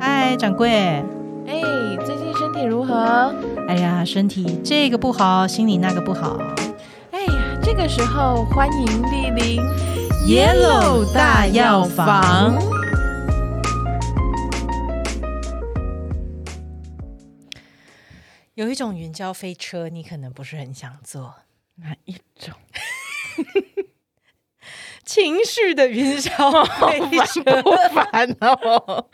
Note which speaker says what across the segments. Speaker 1: 嗨，掌柜。
Speaker 2: 哎，最近身体如何？
Speaker 1: 哎呀，身体这个不好，心里那个不好。
Speaker 2: 哎呀，这个时候欢迎莅临
Speaker 1: Yellow 大药房。有一种云霄飞车，你可能不是很想坐，
Speaker 2: 哪一种？
Speaker 1: 情绪的云霄飞 车。
Speaker 2: 烦哦！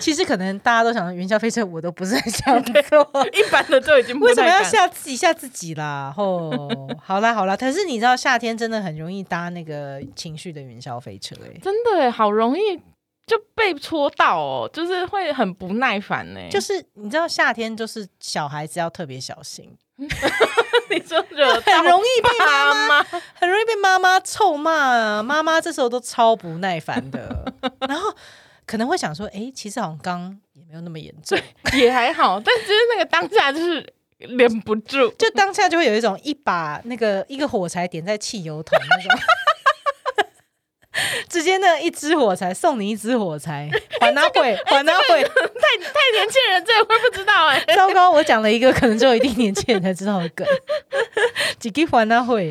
Speaker 1: 其实可能大家都想云霄飞车，我都不是很想 坐。
Speaker 2: 一般的都已经不
Speaker 1: 为什么
Speaker 2: 太
Speaker 1: 要
Speaker 2: 敢？
Speaker 1: 吓自己吓自己啦？哦，好啦好啦，可是你知道夏天真的很容易搭那个情绪的云霄飞车、欸，
Speaker 2: 真的耶好容易就被戳到哦，就是会很不耐烦呢。
Speaker 1: 就是你知道夏天就是小孩子要特别小心，
Speaker 2: 你说 惹到
Speaker 1: 很容易被妈妈，
Speaker 2: 妈，
Speaker 1: 很容易被妈妈臭骂啊，妈妈这时候都超不耐烦的，然后可能会想说，诶，其实好像刚也没有那么严重，
Speaker 2: 也还好，但就是那个当下就是忍不住。
Speaker 1: 就当下就会有一种一把那个一个火柴点在汽油桶那种。 直接那一支火柴送你一支火柴，还他回，还他回。
Speaker 2: 太太年轻人，这个会不知道哎。
Speaker 1: 糟糕，我讲了一个可能只有一定年纪人才知道的梗， 几个还他 会。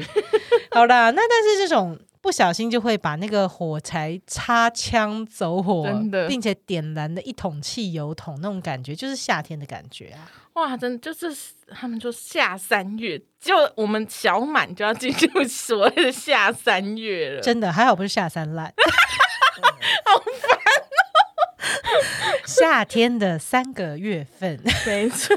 Speaker 1: 好啦，那但是这种不小心就会把那个火柴插枪走火
Speaker 2: 真的，
Speaker 1: 并且点燃的一桶汽油桶那种感觉，就是夏天的感觉啊。
Speaker 2: 哇，真的就是他们说下三月，就我们小满就要进入所谓的下三月了。
Speaker 1: 真的，还好不是下三 滥， 好烦哦。夏天的三个月份，
Speaker 2: 没错，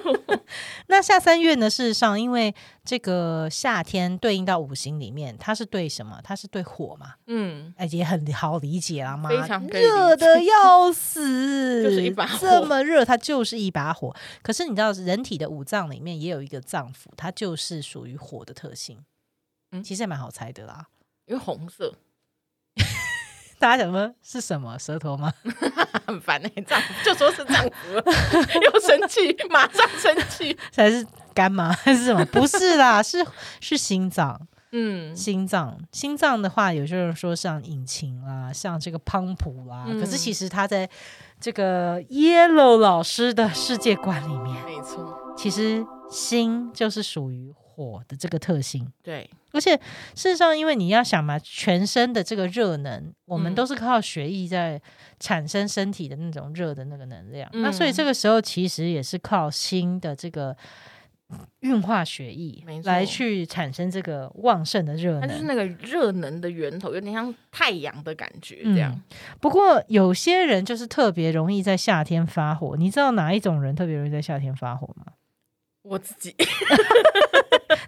Speaker 1: 那下三月呢？事实上，因为这个夏天对应到五行里面，它是对什么？它是对火嘛。
Speaker 2: 嗯，
Speaker 1: 哎，也很好理解啦嘛，
Speaker 2: 非常可以理解
Speaker 1: 热的要死，
Speaker 2: 就是一把火
Speaker 1: 这么热，它就是一把火。可是你知道，人体的五脏里面也有一个脏腑，它就是属于火的特性。
Speaker 2: 嗯
Speaker 1: 其实也蛮好猜的啦。
Speaker 2: 因为红色
Speaker 1: 大家想说是什么 舌头吗？
Speaker 2: 很烦哎、欸，丈夫就说是丈夫了， 又生气，马上生气。
Speaker 1: 还是干嘛？ 还是什么？不是 啦，是是心脏。
Speaker 2: 嗯，
Speaker 1: 心脏，心脏的话，有些人说像引擎啦，像这个滂普啦，
Speaker 2: 嗯
Speaker 1: 可是其实它在这个 Yellow 老师的世界观里面。
Speaker 2: 没错，
Speaker 1: 其实心就是属于火的这个特性，
Speaker 2: 对，
Speaker 1: 而且事实上，因为你要想嘛，全身的这个热能，我们
Speaker 2: 嗯
Speaker 1: 都是靠血液在产生身体的那种热的那个能量，那
Speaker 2: 嗯
Speaker 1: 所以这个时候其实也是靠心的这个。运化血液
Speaker 2: 没错
Speaker 1: 来去产生这个旺盛的热
Speaker 2: 它就是
Speaker 1: 能。
Speaker 2: 那个热能的源头，有点像太阳的感觉
Speaker 1: 嗯
Speaker 2: 这样。
Speaker 1: 不过有些人就是特别容易在夏天发火，你知道哪一种人特别容易在夏天发火吗？
Speaker 2: 我自 己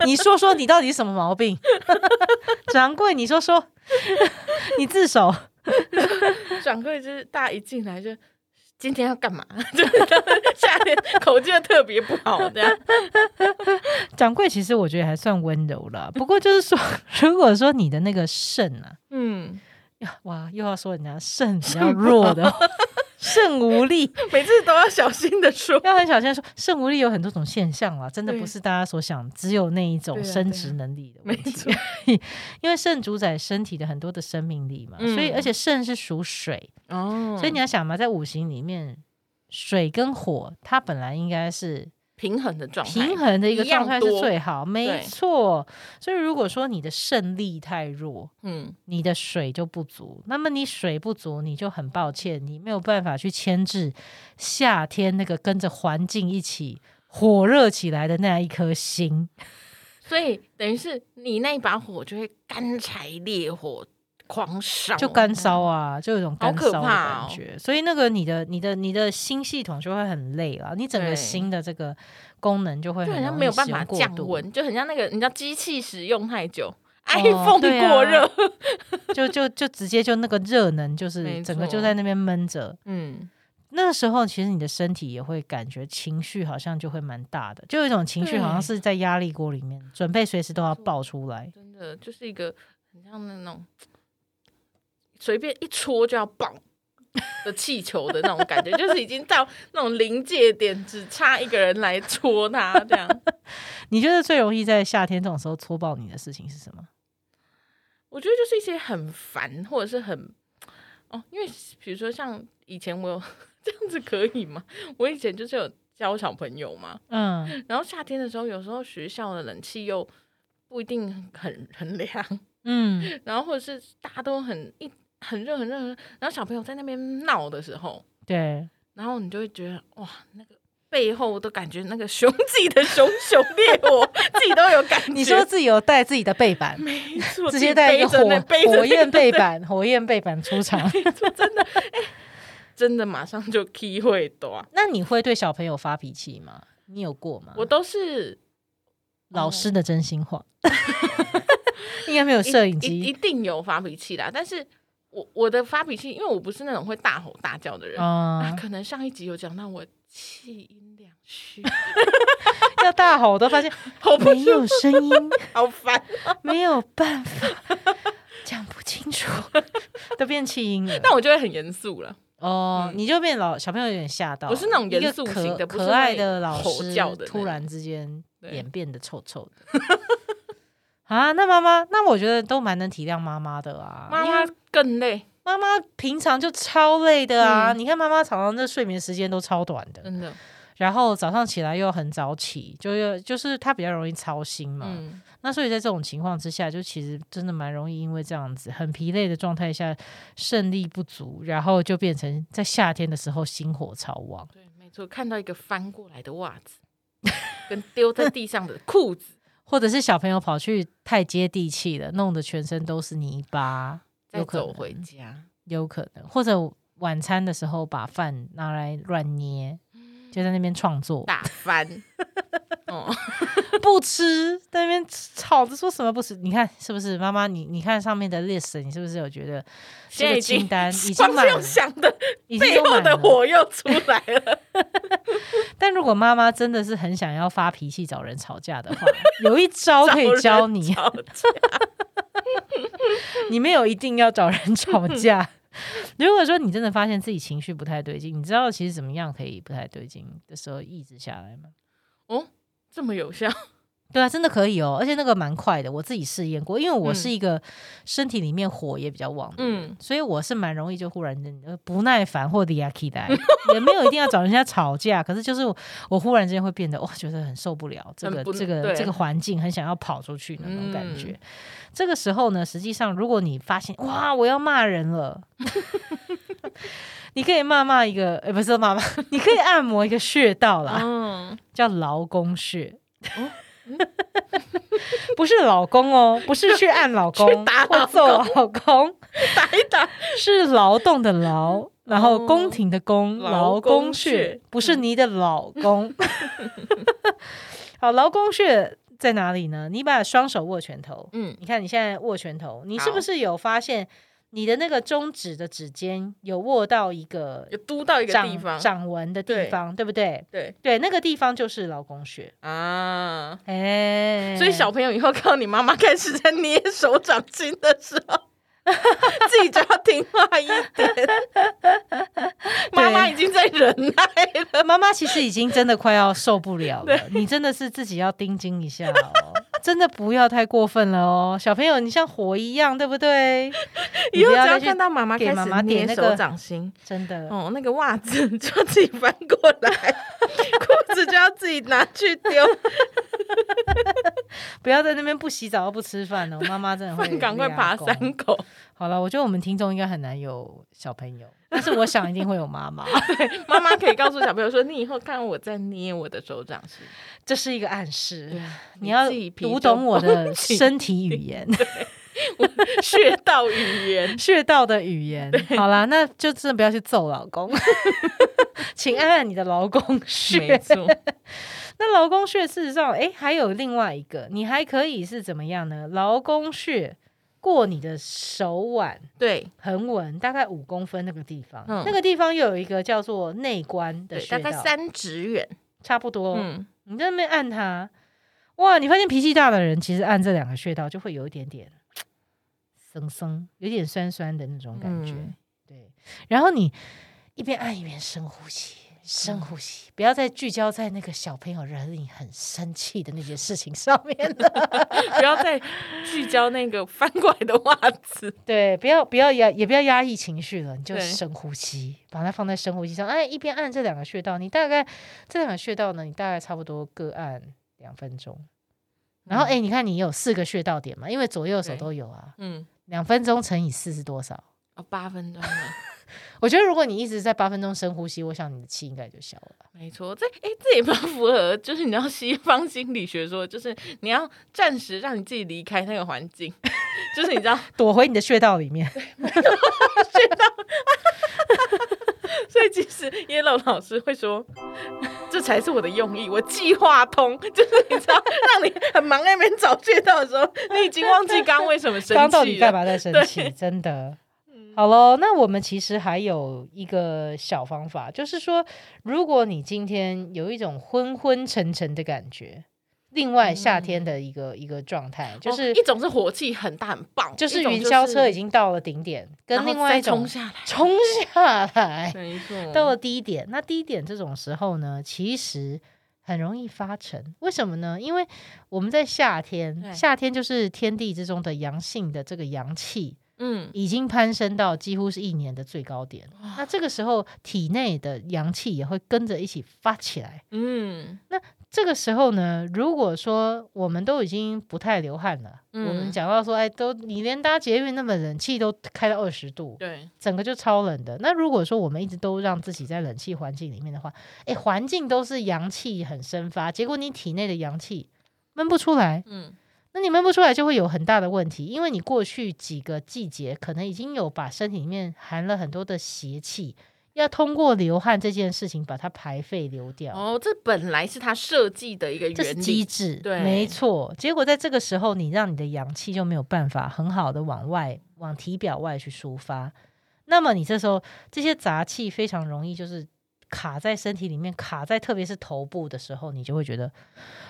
Speaker 1: 你说说你到底什么毛病？ 掌柜，你说 说，你自首。
Speaker 2: 转过来就是大家一进来就。今天要干嘛？ 就是夏天口气就特别不好，这样。
Speaker 1: 掌柜其实我觉得还算温柔了，不过就是说， 如果说你的那个肾啊，
Speaker 2: 嗯，
Speaker 1: 哇，又要说人家肾比较弱的话，肾无力，
Speaker 2: 每次都要小心的说。
Speaker 1: 要很小心地说，肾无力有很多种现象啦，真的
Speaker 2: 对
Speaker 1: 不是大家所想，只有那一种
Speaker 2: 对啊
Speaker 1: 生
Speaker 2: 对
Speaker 1: 殖
Speaker 2: 啊
Speaker 1: 能力的
Speaker 2: 没
Speaker 1: 问题，
Speaker 2: 错，
Speaker 1: 因为肾主宰身体的很多的生命力嘛，所以
Speaker 2: 嗯
Speaker 1: 而且肾是属水，
Speaker 2: 哦
Speaker 1: 所以你要想嘛，在五行里面，水跟火它本来应该是
Speaker 2: 平衡的状态，
Speaker 1: 平衡的一个
Speaker 2: 一样
Speaker 1: 状态是
Speaker 2: 多
Speaker 1: 最好，没
Speaker 2: 对
Speaker 1: 错。所以如果说你的肾力太弱，
Speaker 2: 嗯，
Speaker 1: 你的水就不足，那么你水不足，你就很抱歉，你没有办法去牵制夏天那个跟着环境一起火热起来的那一颗心。
Speaker 2: 所以等于是你那一把火就会干柴烈火，狂烧，
Speaker 1: 就干烧啊，就有一种干烧的感
Speaker 2: 嗯好可哦
Speaker 1: 觉。所以那个你的、你的、你的心系统就会很累啊，你整个
Speaker 2: 对
Speaker 1: 心的这个功能就会
Speaker 2: 嗯，就
Speaker 1: 很
Speaker 2: 很像
Speaker 1: 容易
Speaker 2: 没有办
Speaker 1: 使用
Speaker 2: 法
Speaker 1: 过
Speaker 2: 降
Speaker 1: 度，
Speaker 2: 温，就很像那个你知道机器使用太久。iPhone
Speaker 1: 对啊
Speaker 2: 过热，
Speaker 1: 就就就直接就那个热能就
Speaker 2: 没
Speaker 1: 是
Speaker 2: 错
Speaker 1: 整个就在那边闷着。
Speaker 2: 嗯，
Speaker 1: 那时候其实你的身体也会感觉情绪好像就会蛮大的，就有一种情绪
Speaker 2: 对
Speaker 1: 好像是在压力锅里面，准备随时都要爆出来。
Speaker 2: 真的就是一个很像那种随便一戳就要爆的气球的那种感觉，就是已经到那种临界点，只差一个人来戳它这样。
Speaker 1: 你觉得最容易在夏天这种时候戳爆你的事情是什么？
Speaker 2: 我觉得就是一些很烦或者是很哦，因为比如说像以前我有 这样子可以吗？我以前就是有教小朋友嘛，
Speaker 1: 嗯
Speaker 2: 然后夏天的时候，有时候学校的冷气又不一定很很凉，
Speaker 1: 嗯，
Speaker 2: 然后或者是大家都很一很热很热，很热然后小朋友在那边闹的时候，
Speaker 1: 对，
Speaker 2: 然后你就会觉得哇，那个背后都感觉那个熊 自己的熊熊 烈火，自己都有感觉。
Speaker 1: 你说自己有带自己的背板，
Speaker 2: 没错，
Speaker 1: 直接带一个
Speaker 2: 自己背着那背
Speaker 1: 火
Speaker 2: 着
Speaker 1: 火焰背板，火焰背板出 场。
Speaker 2: 真的马上就 key 会多，
Speaker 1: 那你会对小朋友发脾气吗？你有过吗？
Speaker 2: 我都是
Speaker 1: 嗯老师的真心话， 应该没有
Speaker 2: 一
Speaker 1: 摄影
Speaker 2: 嗯一一
Speaker 1: 机
Speaker 2: 定有发脾气啦，但是我我的发脾气，因为我不是那种会大吼大叫的人，啊，
Speaker 1: 啊，
Speaker 2: 可能上一集有讲到我气音两 虚，
Speaker 1: 要大吼，我都 发现
Speaker 2: 好不
Speaker 1: 没
Speaker 2: 舒服，
Speaker 1: 有声音，
Speaker 2: 好烦。
Speaker 1: 没有办法 讲不清楚， 都变气音了。
Speaker 2: 但我就会很严肃了，
Speaker 1: 哦，
Speaker 2: 嗯
Speaker 1: 你就变老小朋友有点吓到，
Speaker 2: 我是那种严肃
Speaker 1: 一个
Speaker 2: 型的
Speaker 1: 可
Speaker 2: 不是
Speaker 1: 可爱的老
Speaker 2: 吼
Speaker 1: 师
Speaker 2: 叫的那，种
Speaker 1: 突然之间
Speaker 2: 对
Speaker 1: 脸变得臭臭的。 啊，那妈妈，那我觉得都蛮能体谅妈妈的啊。
Speaker 2: 妈
Speaker 1: 因为
Speaker 2: 妈更累，
Speaker 1: 妈妈平常就超累的啊，
Speaker 2: 嗯
Speaker 1: 你看妈妈常常这睡眠时间都超短的，
Speaker 2: 真的，
Speaker 1: 然后早上起来又很早起，就是就是她比较容易操心嘛。
Speaker 2: 嗯，
Speaker 1: 那所以在这种情况之下，就其实真的蛮容易因为这样子很疲累的状态下，肾力不足，然后就变成在夏天的时候心火超旺。
Speaker 2: 对，没错，看到一个翻过来的袜子，跟丢在地上的裤子，
Speaker 1: 或者是小朋友跑去太接地气了，弄得全身都是泥巴，
Speaker 2: 再
Speaker 1: 有可
Speaker 2: 走
Speaker 1: 能
Speaker 2: 回家，
Speaker 1: 有可能，或者晚餐的时候把饭拿来乱捏，就在那边创作，
Speaker 2: 打 翻，哦，
Speaker 1: 不吃，在那边吵着说什么不吃，你看是不是？妈妈，你你看上面的 list，你是不是有觉得这
Speaker 2: 现在
Speaker 1: 个
Speaker 2: 已经
Speaker 1: 清 单已经
Speaker 2: 光
Speaker 1: 满
Speaker 2: 是用
Speaker 1: 了，
Speaker 2: 想的，
Speaker 1: 已经
Speaker 2: 背
Speaker 1: 都
Speaker 2: 后
Speaker 1: 满
Speaker 2: 的
Speaker 1: 了？
Speaker 2: 火又出来了，
Speaker 1: 但如果妈妈真的是很想要发脾气找人吵架的话，有一招可以教你，
Speaker 2: 好
Speaker 1: 你没有一定要找人吵架。如果说你真的发现自己情绪不太对劲，你知道其实怎么样可以不太对劲的时候抑制下来吗？
Speaker 2: 哦，这么有效，
Speaker 1: 对啊，真的可以哦，而且那个蛮快的，我自己试验过，因为我
Speaker 2: 嗯
Speaker 1: 是一个身体里面火也比较旺的人，
Speaker 2: 嗯，
Speaker 1: 所以我是蛮容易就忽然间呃不耐烦或者 yaki 的， 也没有一定要找人家吵架，可是就是我我忽然之间会变得哇，觉得很受不了这个
Speaker 2: 很不
Speaker 1: 这个
Speaker 2: 对
Speaker 1: 这个环境，很想要跑出去那种感
Speaker 2: 嗯
Speaker 1: 觉。这个时候呢，实际上如果你发现哇，我要骂人了。 你可以骂骂一个，呃，不是骂骂， 你可以按摩一个穴道啦，
Speaker 2: 嗯，
Speaker 1: 叫劳宫穴
Speaker 2: 哦。
Speaker 1: 不是老公哦，不是去按老公
Speaker 2: 去打
Speaker 1: 或
Speaker 2: 老
Speaker 1: 揍老公，
Speaker 2: 打一打，
Speaker 1: 是劳动的 劳，然后宫廷的宫，
Speaker 2: 哦劳
Speaker 1: 劳宫
Speaker 2: 宫嗯
Speaker 1: 穴
Speaker 2: 穴，
Speaker 1: 不是你的老 公。好，劳宫穴在哪里呢？你把双手握拳头，
Speaker 2: 嗯，
Speaker 1: 你看你现在握拳头，你是不
Speaker 2: 好
Speaker 1: 是有发现你的那个中指的指尖有握到一个
Speaker 2: 有嘟到一个地
Speaker 1: 掌
Speaker 2: 方，
Speaker 1: 掌纹的地
Speaker 2: 对
Speaker 1: 方，对不对？
Speaker 2: 对
Speaker 1: 对，那个地方就是劳宫穴。
Speaker 2: 啊，
Speaker 1: 哎、
Speaker 2: 所以小朋友以后看到你妈妈开始在捏手掌心的时候， 自己就要听话一点。 妈妈已经在忍耐了，
Speaker 1: 呃妈妈其实已经真的快要受不了了，你真的是自己要盯紧一下哦，真的不要太过分了哦，小朋友，你像火一样，对不对？你
Speaker 2: 以后
Speaker 1: 不
Speaker 2: 只
Speaker 1: 要再
Speaker 2: 要
Speaker 1: 去
Speaker 2: 看到妈妈
Speaker 1: 给
Speaker 2: 开
Speaker 1: 妈妈
Speaker 2: 始
Speaker 1: 点
Speaker 2: 捏
Speaker 1: 那个
Speaker 2: 手掌心，
Speaker 1: 真的，
Speaker 2: 哦，那个袜子就要自己翻过来，裤子就要自己拿去丢，
Speaker 1: 不要在那边不洗澡又不吃饭哦，妈妈真的 会
Speaker 2: 饭赶快爬
Speaker 1: 立功
Speaker 2: 山。哎狗，
Speaker 1: 好了，我觉得我们听众应该很难有小朋友，但是我想一定会有妈 妈，
Speaker 2: 妈妈可以告诉小朋友说：“你以后看到我在捏我的手掌心，
Speaker 1: 这是一个暗示。你
Speaker 2: 你
Speaker 1: 要
Speaker 2: 自己皮
Speaker 1: 读
Speaker 2: 就
Speaker 1: 懂我的
Speaker 2: 绷紧
Speaker 1: 身体语言。
Speaker 2: 穴道语 言。”
Speaker 1: 穴道的语言。好啦，那就真的不要去揍老 公，请按按你的劳宫
Speaker 2: 没
Speaker 1: 穴。
Speaker 2: 错，
Speaker 1: 那劳宫穴事实上，哎、还有另外一个，你还可以是怎么样呢？劳宫穴过你的手腕
Speaker 2: 对
Speaker 1: 横纹，大概五公分那个地方，
Speaker 2: 嗯
Speaker 1: 那个地方又有一个叫做内关的
Speaker 2: 对，
Speaker 1: 穴道，
Speaker 2: 大概三指远，
Speaker 1: 差不多。
Speaker 2: 嗯，
Speaker 1: 你在那边按它，哇！你发现脾气大的人，其实按这两个穴道就会有一点点生生，有点酸酸的那种感觉。
Speaker 2: 嗯
Speaker 1: 对，然后你一边按一边深呼吸，深呼吸，不要再聚焦在那个小朋友惹你很生气的那件事情上面 了。
Speaker 2: 不要再聚焦那个翻过来的袜子。
Speaker 1: 对，不要不要压，也不要压抑情绪了，你就
Speaker 2: 对
Speaker 1: 深呼吸，把它放在深呼吸上。哎，一边按这两个穴道，你大概这两个穴道呢，你大概差不多各按两分钟。然后哎、你看你有四个穴道点嘛，因为左右手
Speaker 2: 对
Speaker 1: 都有啊。
Speaker 2: 嗯，
Speaker 1: 两分钟乘以四是多少？
Speaker 2: 哦，八分钟了，
Speaker 1: 我觉得如果你一直在八分钟深呼吸，我想你的气应该就消了吧。
Speaker 2: 没错，这哎、这也蛮符合，就是你知道西方心理学说，就是你要暂时让你自己离开那个环境， 就是你知道，
Speaker 1: 躲回你的穴道里面。
Speaker 2: 所以其实 Yellow 老师会说， 这才是我的用意，我计划通， 就是你知道，让你很忙在那边找穴道的 时候，你已经忘记刚刚为什么生
Speaker 1: 刚到底
Speaker 2: 气
Speaker 1: 干
Speaker 2: 了。哦
Speaker 1: 嘛在生气？真的。
Speaker 2: 嗯
Speaker 1: 好喽，那我们其实还有一个小方法，就是说，如果你今天有一种昏昏沉沉的感觉，另外夏天的一个、一个状态，就是、
Speaker 2: 嗯哦一种是火气很大很棒，
Speaker 1: 就是
Speaker 2: 一种
Speaker 1: 云霄车已
Speaker 2: 是
Speaker 1: 经到了顶点，跟
Speaker 2: 然后
Speaker 1: 另外一
Speaker 2: 再
Speaker 1: 种
Speaker 2: 冲下来，
Speaker 1: 冲下来
Speaker 2: 没错，
Speaker 1: 到了低点。那低点这种时候呢，其实很容易发沉，为什么呢？因为我们在夏天，
Speaker 2: 对
Speaker 1: 夏天就是天地之中的阳性的这个阳气，
Speaker 2: 嗯，
Speaker 1: 已经攀升到几乎是一年的最高点。
Speaker 2: 哇
Speaker 1: 那这个时候，体内的阳气也会跟着一起发起来。
Speaker 2: 嗯
Speaker 1: 这个时候呢，如果说我们都已经不太流汗了，
Speaker 2: 嗯
Speaker 1: 我们讲到说，哎，都你连搭捷运那么冷气都开到二十度，
Speaker 2: 对，
Speaker 1: 整个就超冷的。那如果说我们一直都让自己在冷气环境里面的话，哎，环境都是阳气很生发，结果你体内的阳气闷不出来，
Speaker 2: 嗯
Speaker 1: 那你闷不出来就会有很大的问题，因为你过去几个季节可能已经有把身体里面含了很多的邪气，要通过流汗这件事情把它排废流掉，
Speaker 2: 哦，这本来是他设计的一个
Speaker 1: 这是
Speaker 2: 原
Speaker 1: 机
Speaker 2: 理，
Speaker 1: 制，
Speaker 2: 对
Speaker 1: 没错。结果在这个时候，你让你的阳气就没有办法很好的往外、往体表外去抒发，那么你这时候这些杂气非常容易就是。卡在身体里面，卡在特别是头部的时候，你就会觉得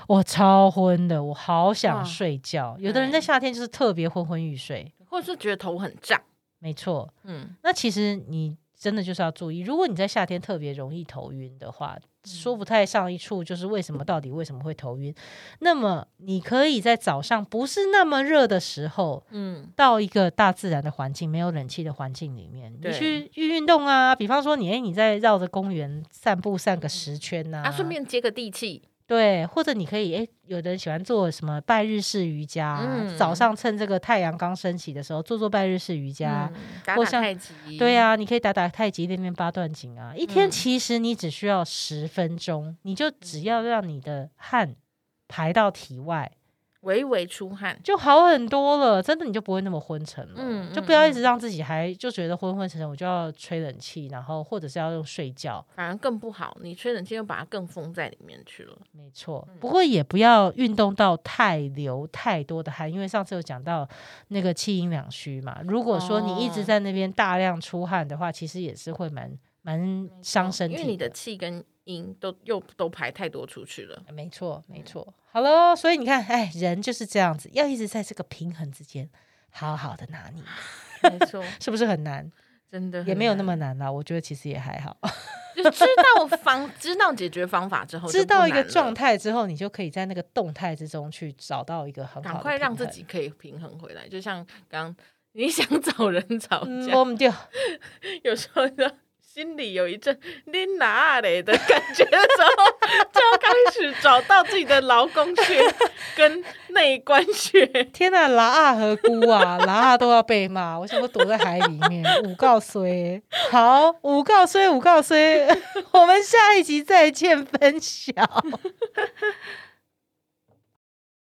Speaker 1: 我超昏的，我好想
Speaker 2: 哇
Speaker 1: 睡觉。有的人在
Speaker 2: 对
Speaker 1: 夏天就是特别昏昏欲睡，
Speaker 2: 或者是觉得头很胀，
Speaker 1: 没错。
Speaker 2: 嗯，
Speaker 1: 那其实你真的就是要注意，如果你在夏天特别容易头晕的话，
Speaker 2: 嗯
Speaker 1: 说不太上一处，就是为什么到底为什么会头晕？那么你可以在早上不是那么热的时候，
Speaker 2: 嗯，
Speaker 1: 到一个大自然的环境，没有冷气的环境里面，你
Speaker 2: 对
Speaker 1: 去运运动啊，比方说你哎你在绕着公园散步散个十圈呐、
Speaker 2: 啊，顺便接个地气，
Speaker 1: 对，或者你可以，哎，有的人喜欢做什么拜日式瑜伽啊、
Speaker 2: 嗯
Speaker 1: 早上趁这个太阳刚升起的时候做做拜日式瑜伽，
Speaker 2: 嗯打
Speaker 1: 啊或
Speaker 2: 打
Speaker 1: 像
Speaker 2: 太极，
Speaker 1: 对，啊，你可以打打太极，练练八段锦啊。一天
Speaker 2: 嗯
Speaker 1: 其实你只需要十分钟，你就只要让你的汗排到体外，
Speaker 2: 微微出汗，
Speaker 1: 就好很多了。真的，你就不会那么昏沉了。
Speaker 2: 嗯
Speaker 1: 就
Speaker 2: 嗯
Speaker 1: 不要一
Speaker 2: 嗯
Speaker 1: 直让自己还就觉得昏昏沉沉，我就要吹冷气，然后或者是要用睡觉。
Speaker 2: 反而更不好，你吹冷气又把它更封在里面去了，
Speaker 1: 没错，
Speaker 2: 嗯
Speaker 1: 不过也不要运动到太流太多的汗，因为上次有讲到那个气阴两虚嘛。如果说你一直
Speaker 2: 哦
Speaker 1: 在那边大量出汗的话，其实也是会蛮蛮伤身体
Speaker 2: 因为你的气跟阴都又都排太多出去了，
Speaker 1: 没错，
Speaker 2: 嗯
Speaker 1: 没错。好喽，所以你看，哎，人就是这样子，要一直在这个平衡之间，好好的拿捏，
Speaker 2: 没错，
Speaker 1: 是不是很难？
Speaker 2: 真的
Speaker 1: 也没有那么
Speaker 2: 很
Speaker 1: 难啦，我觉得其实也还好。
Speaker 2: 难，就知道方知道解决方法之后，
Speaker 1: 知道一个状
Speaker 2: 态，
Speaker 1: 态之后，你就可以在那个动态之中去找到一个很好
Speaker 2: 赶
Speaker 1: 的，
Speaker 2: 快让自。己可以平衡回来，就像刚。你想找人吵
Speaker 1: 嗯，
Speaker 2: 架，
Speaker 1: 我们就
Speaker 2: 有时候呢，心里有一阵拎哪嘞的感觉的时候， 就要开始找到自己的劳宫穴跟内关穴。
Speaker 1: 天呐，拉啊和姑啊，拉啊都要被骂，我想说躲在海里面，五告衰。好，五告 衰，五告衰，我们下一集再见分晓。